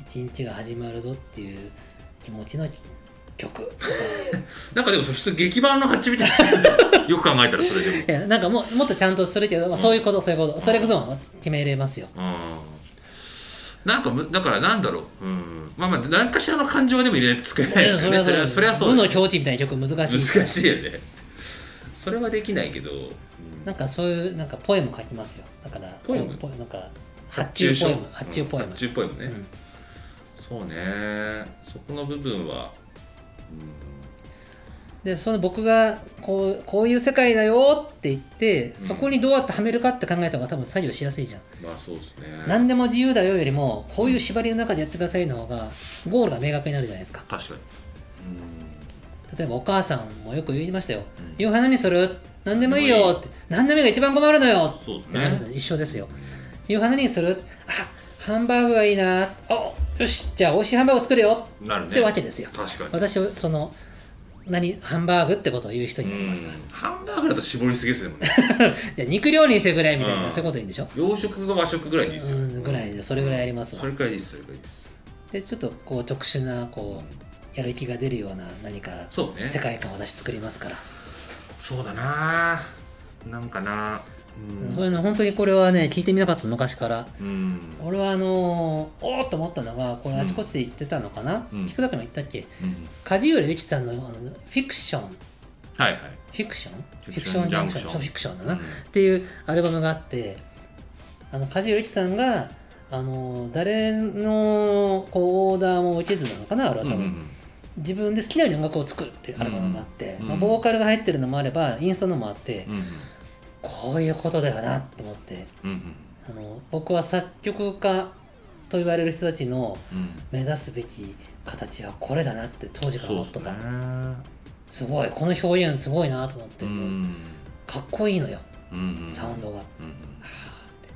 Speaker 1: 一日が始まるぞっていう気持ちの曲
Speaker 2: なんかでもそれ普通劇版のハッチみたいなんですよよく考えたらそれでも
Speaker 1: いやなんかもうもっとちゃんとするけど、まあ、そういうことそういうこと
Speaker 2: ん
Speaker 1: それこそ決めれますよ
Speaker 2: うんなんかむだからなんだろう、うん、まあまあ何かしらの感情はでも入れないと作れないですよ ねそれはそれはそう
Speaker 1: 無の
Speaker 2: だよ
Speaker 1: 境地みたいな曲難しいから
Speaker 2: 難しいよねそれはできないけど、うん
Speaker 1: なんかそういうなんかポエム書きますよだから
Speaker 2: ポエム
Speaker 1: なんか発注ポエム発注ポエ
Speaker 2: うん
Speaker 1: ム
Speaker 2: 発注ポエムね、
Speaker 1: うん
Speaker 2: そうねそこの部分は、
Speaker 1: でその僕がこうこういう世界だよって言ってそこにどうやってはめるかって考えた方が多分作業しやすいじゃん、
Speaker 2: うん、まあそうですね
Speaker 1: 何でも自由だよよりもこういう縛りの中でやってくださいの方がゴールが明確になるじゃないですか
Speaker 2: 確かに
Speaker 1: 例えばお母さんもよく言いましたよ
Speaker 2: うん
Speaker 1: 「夕飯何する何でもいいよ」って「何でもいいが一番困るのよ」
Speaker 2: そうです
Speaker 1: ってなるの
Speaker 2: ね
Speaker 1: と一緒ですよ夕飯何にするあハンバーグがいいなあよしじゃあ美味しいハンバーグ作るよ
Speaker 2: なる
Speaker 1: っ
Speaker 2: ね
Speaker 1: てわけですよ、
Speaker 2: 確かに
Speaker 1: 私その何ハンバーグってことを言う人になり
Speaker 2: うん
Speaker 1: ますから、
Speaker 2: ハンバーグだと絞りすぎですよね
Speaker 1: いや肉料理にしてくらいみたいな、
Speaker 2: うん
Speaker 1: そういうこと言うんでしょ
Speaker 2: 洋食が和食ぐらいでいいですよ、
Speaker 1: うんぐらいでそれぐらいやりますわ
Speaker 2: それくらいでいいですそれくらいでいいです
Speaker 1: でちょっとこう特殊なこうやる気が出るような何か
Speaker 2: そうね
Speaker 1: 世界観を私作りますから、
Speaker 2: そうだななんかなうん
Speaker 1: これね本当にこれはね聞いてみなかった昔から
Speaker 2: うん
Speaker 1: 俺はあのー、おーっと思ったのがこれあちこちで言ってたのかな、
Speaker 2: うん
Speaker 1: 聞くだけも言ったっけ梶浦由紀さんのあのフィクション
Speaker 2: はいはい
Speaker 1: フィクションフ
Speaker 2: フ
Speaker 1: ィ
Speaker 2: ィク
Speaker 1: ク
Speaker 2: シ
Speaker 1: シ
Speaker 2: ョ
Speaker 1: ョ
Speaker 2: ン
Speaker 1: ン
Speaker 2: ジ
Speaker 1: ジ
Speaker 2: ャ
Speaker 1: ャ
Speaker 2: ン
Speaker 1: ン
Speaker 2: ク
Speaker 1: ク
Speaker 2: シ
Speaker 1: ショ
Speaker 2: ョン
Speaker 1: ンそうフィクションだ
Speaker 2: う
Speaker 1: な、
Speaker 2: ん
Speaker 1: っていうアルバムがあってあの梶浦一さんがあの誰のこうオーダーも受けずなのかなあれは多
Speaker 2: うんう
Speaker 1: 分、
Speaker 2: ん
Speaker 1: 自分で好きなように音楽を作るっていうアルバムがあって、
Speaker 2: うん
Speaker 1: まあ、ボーカルが入ってるのもあればインストのもあって、
Speaker 2: うん
Speaker 1: こういうことだよなと思って
Speaker 2: うん
Speaker 1: あの僕は作曲家と言われる人たちの
Speaker 2: うん
Speaker 1: 目指すべき形はこれだなって当時から
Speaker 2: そう
Speaker 1: 思
Speaker 2: っ
Speaker 1: っ
Speaker 2: す
Speaker 1: とっ
Speaker 2: ね
Speaker 1: たすごいこの表現すごいなと思って、
Speaker 2: うん
Speaker 1: かっこいいのよ
Speaker 2: うんうん
Speaker 1: サウンドが、は
Speaker 2: うんうん
Speaker 1: あって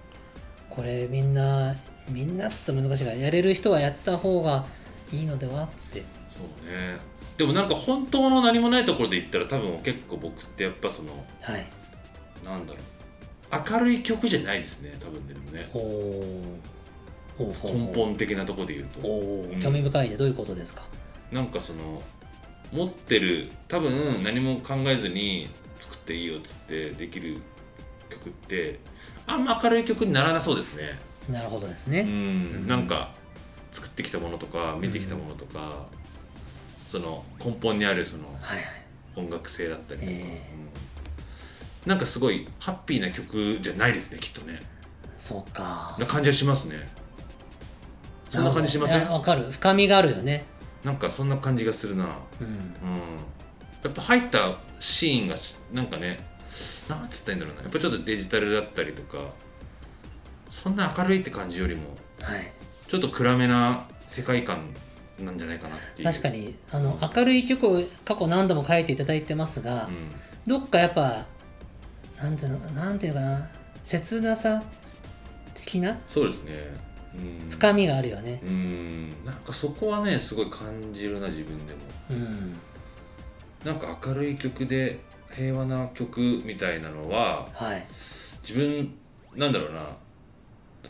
Speaker 1: これみんなみんなっつって難しいからやれる人はやった方がいいのではって
Speaker 2: そうねでもなんか本当の何もないところで言ったら多分結構僕ってやっぱその
Speaker 1: はい
Speaker 2: なんだろう明るい曲じゃないですね多分でもね
Speaker 1: おーほうほうほう
Speaker 2: 根本的なところで言うと
Speaker 1: お
Speaker 2: うん
Speaker 1: ー興味深いでどういうことですか、
Speaker 2: なんかその持ってる多分何も考えずに作っていいよっつってできる曲ってあんま明るい曲にならなそうですね
Speaker 1: なるほどです
Speaker 2: う
Speaker 1: ね。
Speaker 2: んなんか作ってきたものとか見てきたものとか、その根本にあるその
Speaker 1: はいはい。
Speaker 2: 音楽性だったりとか、
Speaker 1: ええ
Speaker 2: うんなんかすごいハッピーな曲じゃないですねきっとね
Speaker 1: そうか。
Speaker 2: な感じはしますねそんな感じしませ
Speaker 1: いや
Speaker 2: ん
Speaker 1: わかる。深みがあるよね。
Speaker 2: なんかそんな感じがするな
Speaker 1: うん。
Speaker 2: うんやっぱ入ったシーンがしなんかねなんつったらいいんだろうなやっぱちょっとデジタルだったりとかそんな明るいって感じよりも
Speaker 1: はい。
Speaker 2: ちょっと暗めな世界観なんじゃないかなっていう
Speaker 1: 確かにあの明るい曲を過去何度も書いていただいてますが、
Speaker 2: う、
Speaker 1: どっかやっぱなんていうのかなんていうのかな切なさ的なん
Speaker 2: そうですね、うん、
Speaker 1: 深みがあるよね。
Speaker 2: うんなんかそこはねすごい感じるな自分でも
Speaker 1: うん。
Speaker 2: なんか明るい曲で平和な曲みたいなのは
Speaker 1: はい。
Speaker 2: 自分なんだろうな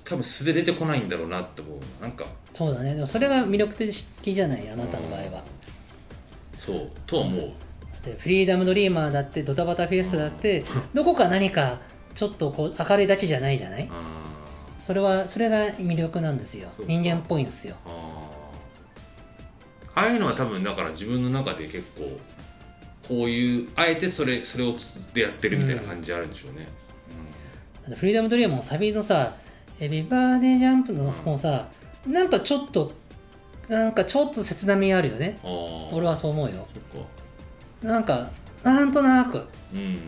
Speaker 2: 多分素で出てこないんだろうなって思うなんか
Speaker 1: そうだね。でもそれが魅力的じゃないあなたの場合は。だ
Speaker 2: そうとは思う
Speaker 1: ってフリーダムドリーマーだってドタバタフィエスタだってどこか何かちょっとこう明るいだけじゃないじゃない？
Speaker 2: あ
Speaker 1: それはそれが魅力なんですよ
Speaker 2: そうか
Speaker 1: 人間っぽいんですよ
Speaker 2: ーあーああいうのは多分だから自分の中で結構こういうあえてそれそれをつでやってるみたいな感じあるんでしょうね、
Speaker 1: だってフリーダムドリームのサビのさ「エビバーデージャンプ」のそこもさなんかちょっとなんかちょっと切なみあるよね
Speaker 2: ああ
Speaker 1: 俺はそう思うよ
Speaker 2: そっか
Speaker 1: なんかなんとなく、
Speaker 2: うん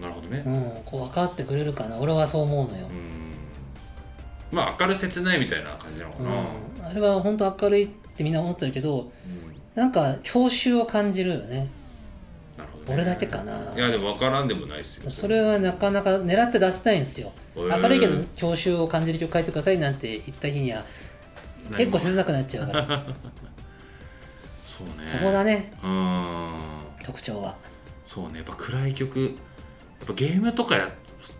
Speaker 2: なるほどね
Speaker 1: うん、こう分かってくれるかな俺はそう思うのよ
Speaker 2: う、んまあ明る切ないみたいな感じなのか
Speaker 1: う
Speaker 2: な、うん
Speaker 1: ん、あれは本当明るいってみんな思ってるけどなんか郷愁を感じるよね
Speaker 2: なるほどね
Speaker 1: 俺だけかない
Speaker 2: やでも分からんでもないですよ
Speaker 1: それはなかなか狙って出せないんですよ
Speaker 2: 明
Speaker 1: 明るいけど郷愁を感じる曲書いてくださいなんて言った日には結構切なくなっちゃうから
Speaker 2: そうね
Speaker 1: そこだね、
Speaker 2: うん
Speaker 1: 特徴は。
Speaker 2: そうねやっぱ暗い曲やっぱゲームとかや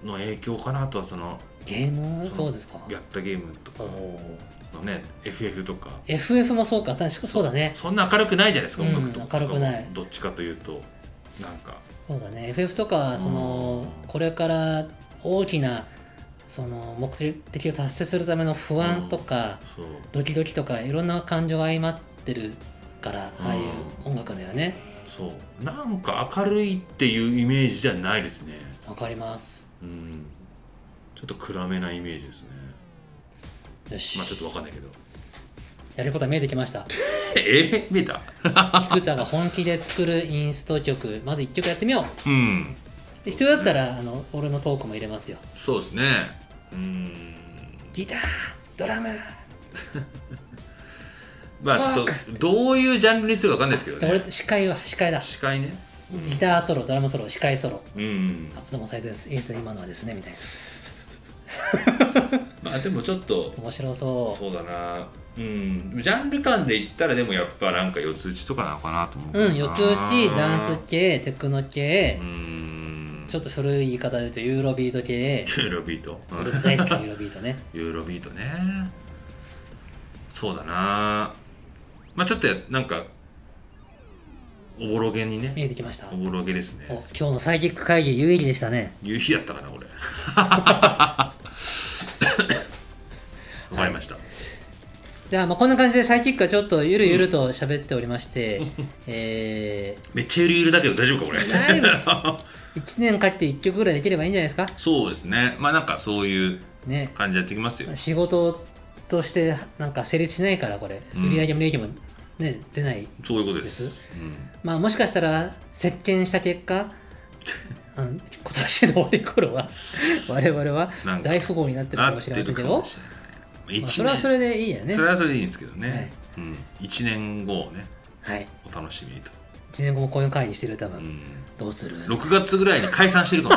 Speaker 2: の影響かなあとはその
Speaker 1: ゲーム
Speaker 2: そう
Speaker 1: そうですか。
Speaker 2: やったゲームとか
Speaker 1: おー
Speaker 2: のね FF とか
Speaker 1: FF もそうか、確かそうだね。
Speaker 2: そんな明るくないじゃないですか、
Speaker 1: うん
Speaker 2: 音楽とか
Speaker 1: 明るくない
Speaker 2: どっちかというとなんか
Speaker 1: そうだね。FF とか、その、
Speaker 2: うん
Speaker 1: これから大きな、その、目的を達成するための不安とか、
Speaker 2: そう
Speaker 1: ドキドキとか、いろんな感情が相まってるから、ああいう音楽だよね。
Speaker 2: そうなんか明るいっていうイメージじゃないですね
Speaker 1: わかります。
Speaker 2: うんちょっと暗めなイメージですね
Speaker 1: よし。
Speaker 2: まあちょっとわかんないけど
Speaker 1: やることは見えてきました。
Speaker 2: え見えた
Speaker 1: 菊田が本気で作るインスト曲、まず1曲やってみよう。
Speaker 2: うん
Speaker 1: で必要だったら、あの、俺のトークも入れますよ。
Speaker 2: そうですねうん
Speaker 1: ギター、ドラム、
Speaker 2: まあちょっとどういうジャンルにするかわかんないですけ
Speaker 1: じ
Speaker 2: ど
Speaker 1: ゃあ
Speaker 2: ね
Speaker 1: 俺司会は司会だ
Speaker 2: 司会ね
Speaker 1: ギターソロドラムソロ司会ソロ
Speaker 2: うん
Speaker 1: あどうも斉藤ですえっ、と今のはですねみたいな
Speaker 2: まあでもちょっと
Speaker 1: 面白そう
Speaker 2: そうだなうんジャンル感で言ったらでもやっぱなんか四つ打ちとかなのかなと思う
Speaker 1: うん四つ打ちダンス系テクノ系
Speaker 2: う、ん
Speaker 1: ちょっ
Speaker 2: と
Speaker 1: と古い言い方で言うとユーロビート系
Speaker 2: ユーロビートうん
Speaker 1: 俺大好きなユーロビート ね
Speaker 2: ユーロビートねそうだなまあちょっとやなんかおぼろげに
Speaker 1: 見
Speaker 2: ね
Speaker 1: えてきました
Speaker 2: お
Speaker 1: お
Speaker 2: ぼろげです
Speaker 1: 今
Speaker 2: ね
Speaker 1: 日のサイキック会議有意義でしたね
Speaker 2: 夕日やったか な俺わかりました、
Speaker 1: じゃあまあこんな感じでサイキックはちょっとゆるゆると喋っておりまして、 え
Speaker 2: めっちゃゆるゆるだけど大丈夫かこれ
Speaker 1: 大丈夫です1年かけて1曲ぐらいできればいいんじゃないですか
Speaker 2: そうですねまあなんかそういう
Speaker 1: ね
Speaker 2: 感じでやってきますよ
Speaker 1: 仕事としてなんか成立しないからこれ、
Speaker 2: うん
Speaker 1: 売り上げも利益も、ね、出ない
Speaker 2: そういうことです
Speaker 1: です
Speaker 2: うん
Speaker 1: まあもしかしたら席巻した結果 あの今年の終わり頃 は我々は
Speaker 2: なんか
Speaker 1: 大富豪になってるかもしれませんけど、ま
Speaker 2: 1
Speaker 1: あ、
Speaker 2: 年
Speaker 1: それはそれでいいやね
Speaker 2: それはそれでいいんですけどね、
Speaker 1: はい
Speaker 2: うん、1年後をね
Speaker 1: はい
Speaker 2: お楽しみにと、
Speaker 1: 1年後もこういう会議してる多
Speaker 2: う
Speaker 1: 分、
Speaker 2: ん、
Speaker 1: どうする
Speaker 2: 6月ぐらいに解散してるかも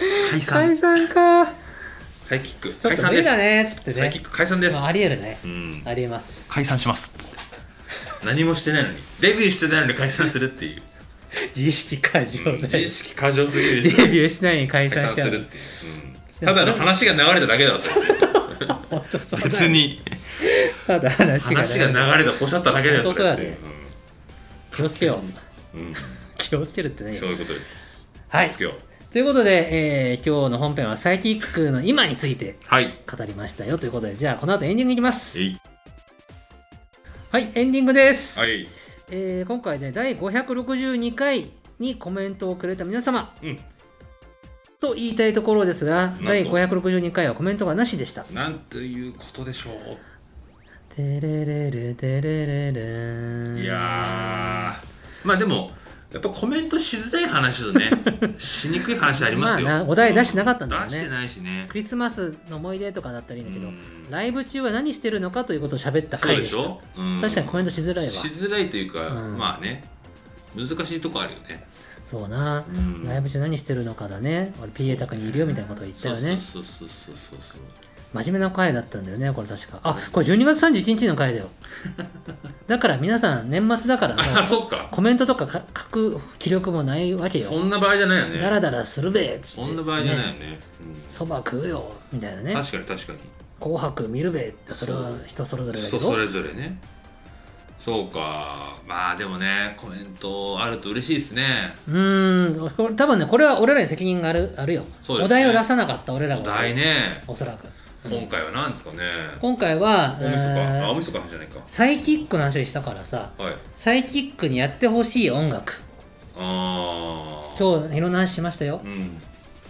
Speaker 2: しれない解
Speaker 1: 解
Speaker 2: 散
Speaker 1: 散か
Speaker 2: サイキック
Speaker 1: ちょっ
Speaker 2: 解
Speaker 1: と
Speaker 2: 散
Speaker 1: 無
Speaker 2: で
Speaker 1: 理
Speaker 2: す
Speaker 1: だねっつって
Speaker 2: サイキ
Speaker 1: ね
Speaker 2: ック解散です、
Speaker 1: まあ、ありえるね
Speaker 2: うん、
Speaker 1: ありえ ます
Speaker 2: 解散しますっつって何もしてないのにデビューしてないのに解散するっていう、
Speaker 1: 自意識過剰
Speaker 2: うん、
Speaker 1: だ
Speaker 2: 自
Speaker 1: デ
Speaker 2: 意識過剰すぎる
Speaker 1: ビューしないに解
Speaker 2: 解
Speaker 1: 散し
Speaker 2: 散す
Speaker 1: ちゃう
Speaker 2: るっていう、うん、ただの話が流れただけだろそれ別に
Speaker 1: ただ話が
Speaker 2: 話が流れたおっしゃっただけだよ
Speaker 1: 本当
Speaker 2: それっ
Speaker 1: そう
Speaker 2: て
Speaker 1: だね気をつけよう
Speaker 2: うんうん
Speaker 1: 気をつけるってね
Speaker 2: そういうことです
Speaker 1: はい
Speaker 2: 気をつけよう
Speaker 1: ということで、えー今日の本編はサイキックの今について
Speaker 2: はい。
Speaker 1: 語りましたよということで、じゃあこの後エンディングいきます。
Speaker 2: えい
Speaker 1: はい、エンディングです。
Speaker 2: はい。
Speaker 1: えー今回ね、第562回にコメントをくれた皆様。
Speaker 2: うん
Speaker 1: と言いたいところですが
Speaker 2: ん、と
Speaker 1: 第562回はコメントがなしでした。
Speaker 2: なんということでしょ
Speaker 1: てれれれてれれれ
Speaker 2: う。いやー、まあでも、やっぱコメントしづらい話 だね。しにくい話ありますよ。
Speaker 1: まあなお題出してなかったんだよね
Speaker 2: 出してないしね。
Speaker 1: クリスマスの思い出とかだったらいいんだけど、
Speaker 2: うん
Speaker 1: ライブ中は何してるのかということを喋った
Speaker 2: そう
Speaker 1: 回
Speaker 2: で
Speaker 1: で
Speaker 2: し
Speaker 1: した。
Speaker 2: ょ、うん
Speaker 1: 確かにコメントしづらいわ。
Speaker 2: しづらいというか、
Speaker 1: うん
Speaker 2: まあね、難しいとこあるよね。
Speaker 1: そうな
Speaker 2: う。ん
Speaker 1: ライブ中何してるのかだね。俺 PA 宅にいるよみたいなことを言ったよね。
Speaker 2: そうそうそうそうそう
Speaker 1: 真面目な回だったんだよね、これ確か。あ、これ12月31日の回だ よ。だから皆さん年末だからもう
Speaker 2: そう。あ、 そっか。
Speaker 1: コメントとかか書く気力もないわけよ
Speaker 2: そ。んな場合じゃないよ
Speaker 1: ダ
Speaker 2: ね。
Speaker 1: ラダラするべっつって。
Speaker 2: そんな場合じゃないよ
Speaker 1: ね
Speaker 2: ね。
Speaker 1: そば、食うよみたいな
Speaker 2: うん
Speaker 1: ね。
Speaker 2: 確かに確かに。
Speaker 1: 紅白見るべってそれは人それぞれだけ
Speaker 2: 人
Speaker 1: ど。
Speaker 2: それぞれねそうかまあでもねコメントあると嬉しいですね
Speaker 1: うーん、これ多分ね、これは俺らに責任があるあるよ、
Speaker 2: そうですね
Speaker 1: お題を出さなかった俺らが
Speaker 2: お題ね
Speaker 1: おそらく。
Speaker 2: 今回は何ですかね
Speaker 1: 今回は、
Speaker 2: 大晦日
Speaker 1: えー
Speaker 2: あ大晦日の話じゃないか
Speaker 1: サイキックの話をしたからさ、
Speaker 2: はい
Speaker 1: サイキックにやってほしい音楽。
Speaker 2: ああ
Speaker 1: 今日いろんな話しましたよ
Speaker 2: う。ん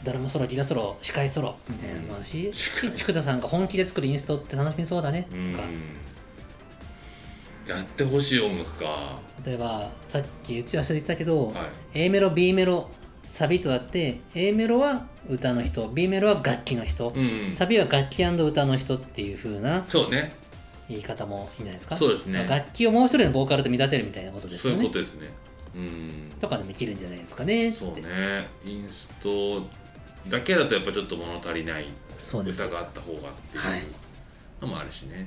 Speaker 1: ドラムソロ、ギターソロ、司会ソロみたいなの話。
Speaker 2: 司会
Speaker 1: 菊田さんが本気で作るインストって楽しみそうだね
Speaker 2: う
Speaker 1: と
Speaker 2: ん
Speaker 1: か、
Speaker 2: やってほしい音楽かは
Speaker 1: 例えばさっき打ち合わせで言ったけど、
Speaker 2: い
Speaker 1: A メロ、B メロ、サビとあって、A メロは歌の人、B メロは楽器の人。
Speaker 2: うん
Speaker 1: サビは楽器歌の人っていう風な
Speaker 2: そうね
Speaker 1: 言い方もいいんじゃないですか
Speaker 2: そうですね
Speaker 1: 楽器をもう一人のボーカルと見立てるみたいなことです
Speaker 2: そう
Speaker 1: よ
Speaker 2: い
Speaker 1: ね
Speaker 2: うことですねうん
Speaker 1: とかでもいけるんじゃないですかねって
Speaker 2: そうねインストだけだとやっぱちょっと物足りない
Speaker 1: そうです
Speaker 2: 歌があった方がってい
Speaker 1: はいう
Speaker 2: のもあるしね、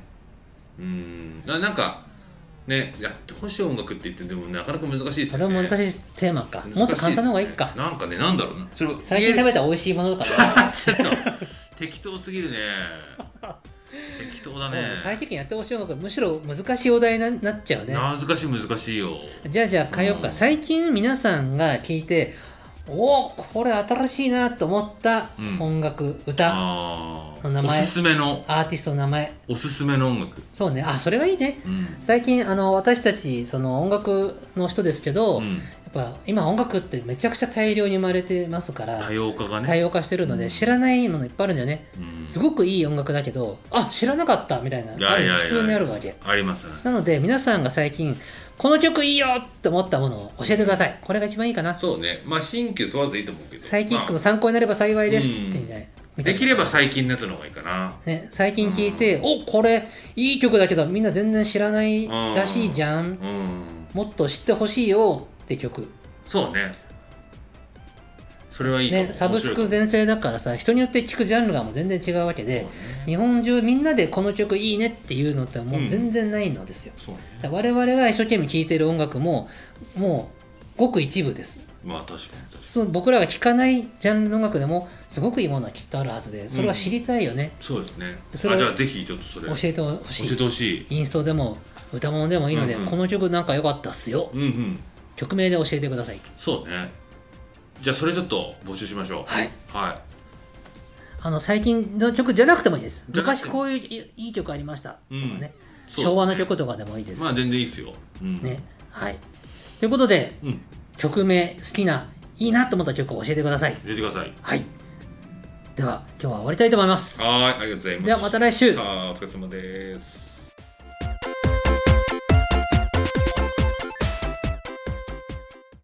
Speaker 2: うんななんかねやってほしい音楽って言ってでもなかなか難しいです
Speaker 1: それ
Speaker 2: よ
Speaker 1: は
Speaker 2: ね
Speaker 1: 難し
Speaker 2: 難しい
Speaker 1: いテーマか、
Speaker 2: ですね
Speaker 1: もっと簡単な方がいいか
Speaker 2: なんかねなんだろうなそれ
Speaker 1: 最近食べた美味しいものとかね
Speaker 2: ちょっと適当すぎるね適当だね
Speaker 1: そう最近やってほしい音楽むしろ難しいお題になっちゃうね
Speaker 2: 難しい難しいよ
Speaker 1: じゃあじゃあ変えようか、
Speaker 2: うん
Speaker 1: 最近皆さんが聞いておおこれ新しいなと思った
Speaker 2: うん
Speaker 1: 音楽、歌
Speaker 2: あ
Speaker 1: その名
Speaker 2: ーお
Speaker 1: 前
Speaker 2: すすめの
Speaker 1: アーティストの名前
Speaker 2: おすすめの音楽
Speaker 1: そうねあそれはいいね
Speaker 2: うん、
Speaker 1: 最近あの私たちその音楽の人ですけど、
Speaker 2: うん、
Speaker 1: やっぱ今音楽ってめちゃくちゃ大量に生まれてますから
Speaker 2: 多様化がね
Speaker 1: 多様化してるので知らないものいっぱいあるんだよね
Speaker 2: うん
Speaker 1: すごくいい音楽だけどあ知らなかったみたいない
Speaker 2: やいやいや
Speaker 1: ある普通にあるわけ
Speaker 2: ありますね
Speaker 1: なので皆さんが最近この曲いいよって思ったものを教えてくださいこれが一番いいかな
Speaker 2: そうねまあ新旧問わずいいと思うけど
Speaker 1: サイキックの
Speaker 2: ま
Speaker 1: 参考になれば幸いですっ
Speaker 2: うん
Speaker 1: てみたい
Speaker 2: あ
Speaker 1: な
Speaker 2: できれば最近のやつの方がいいかな
Speaker 1: ね、最近聞いて、おこれいい曲だけどみんな全然知らないらしいじゃん、
Speaker 2: うん
Speaker 1: もっと知ってほしいよって曲
Speaker 2: そうねそれはいいと思う
Speaker 1: ね、サブスク
Speaker 2: 面白い
Speaker 1: 全盛だからさ人によって聞くジャンルがもう全然違うわけで、日本中みんなでこの曲いいねっていうのってもう全然ないのですよ、
Speaker 2: そうね
Speaker 1: だから我々が一生懸命聴いてる音楽ももうごく一部です
Speaker 2: まあ確かに確かに
Speaker 1: その僕らが聴かないジャンルの音楽でもすごくいいものはきっとあるはずでそれは知りたいよね、
Speaker 2: そうですねあ
Speaker 1: そ
Speaker 2: じ
Speaker 1: れを
Speaker 2: ゃあぜひちょっとそれ
Speaker 1: 教えてほし
Speaker 2: 教え
Speaker 1: い
Speaker 2: てほしい
Speaker 1: インストでも歌物でもいいので、
Speaker 2: うんうん
Speaker 1: この曲なんか良かったっすよ
Speaker 2: うんうん
Speaker 1: 曲名で教えてください
Speaker 2: そうねじゃあそれちょっと募集しましょう
Speaker 1: はい
Speaker 2: は
Speaker 1: あの最近の曲じゃなくてもいいです
Speaker 2: じゃなく
Speaker 1: 昔
Speaker 2: ても
Speaker 1: こういういいい曲ありましたとか
Speaker 2: う
Speaker 1: ね、
Speaker 2: んいそうですね
Speaker 1: 昭和の曲とかでもいいです、
Speaker 2: まあ全然いいですようん
Speaker 1: ねはいということで
Speaker 2: うん
Speaker 1: 曲名好きないいなと思った曲を教えてください
Speaker 2: 入れてください
Speaker 1: はいでは今日は終わりたいと思います
Speaker 2: はーいありがとうございます
Speaker 1: ではまた来週
Speaker 2: さあお疲れ様です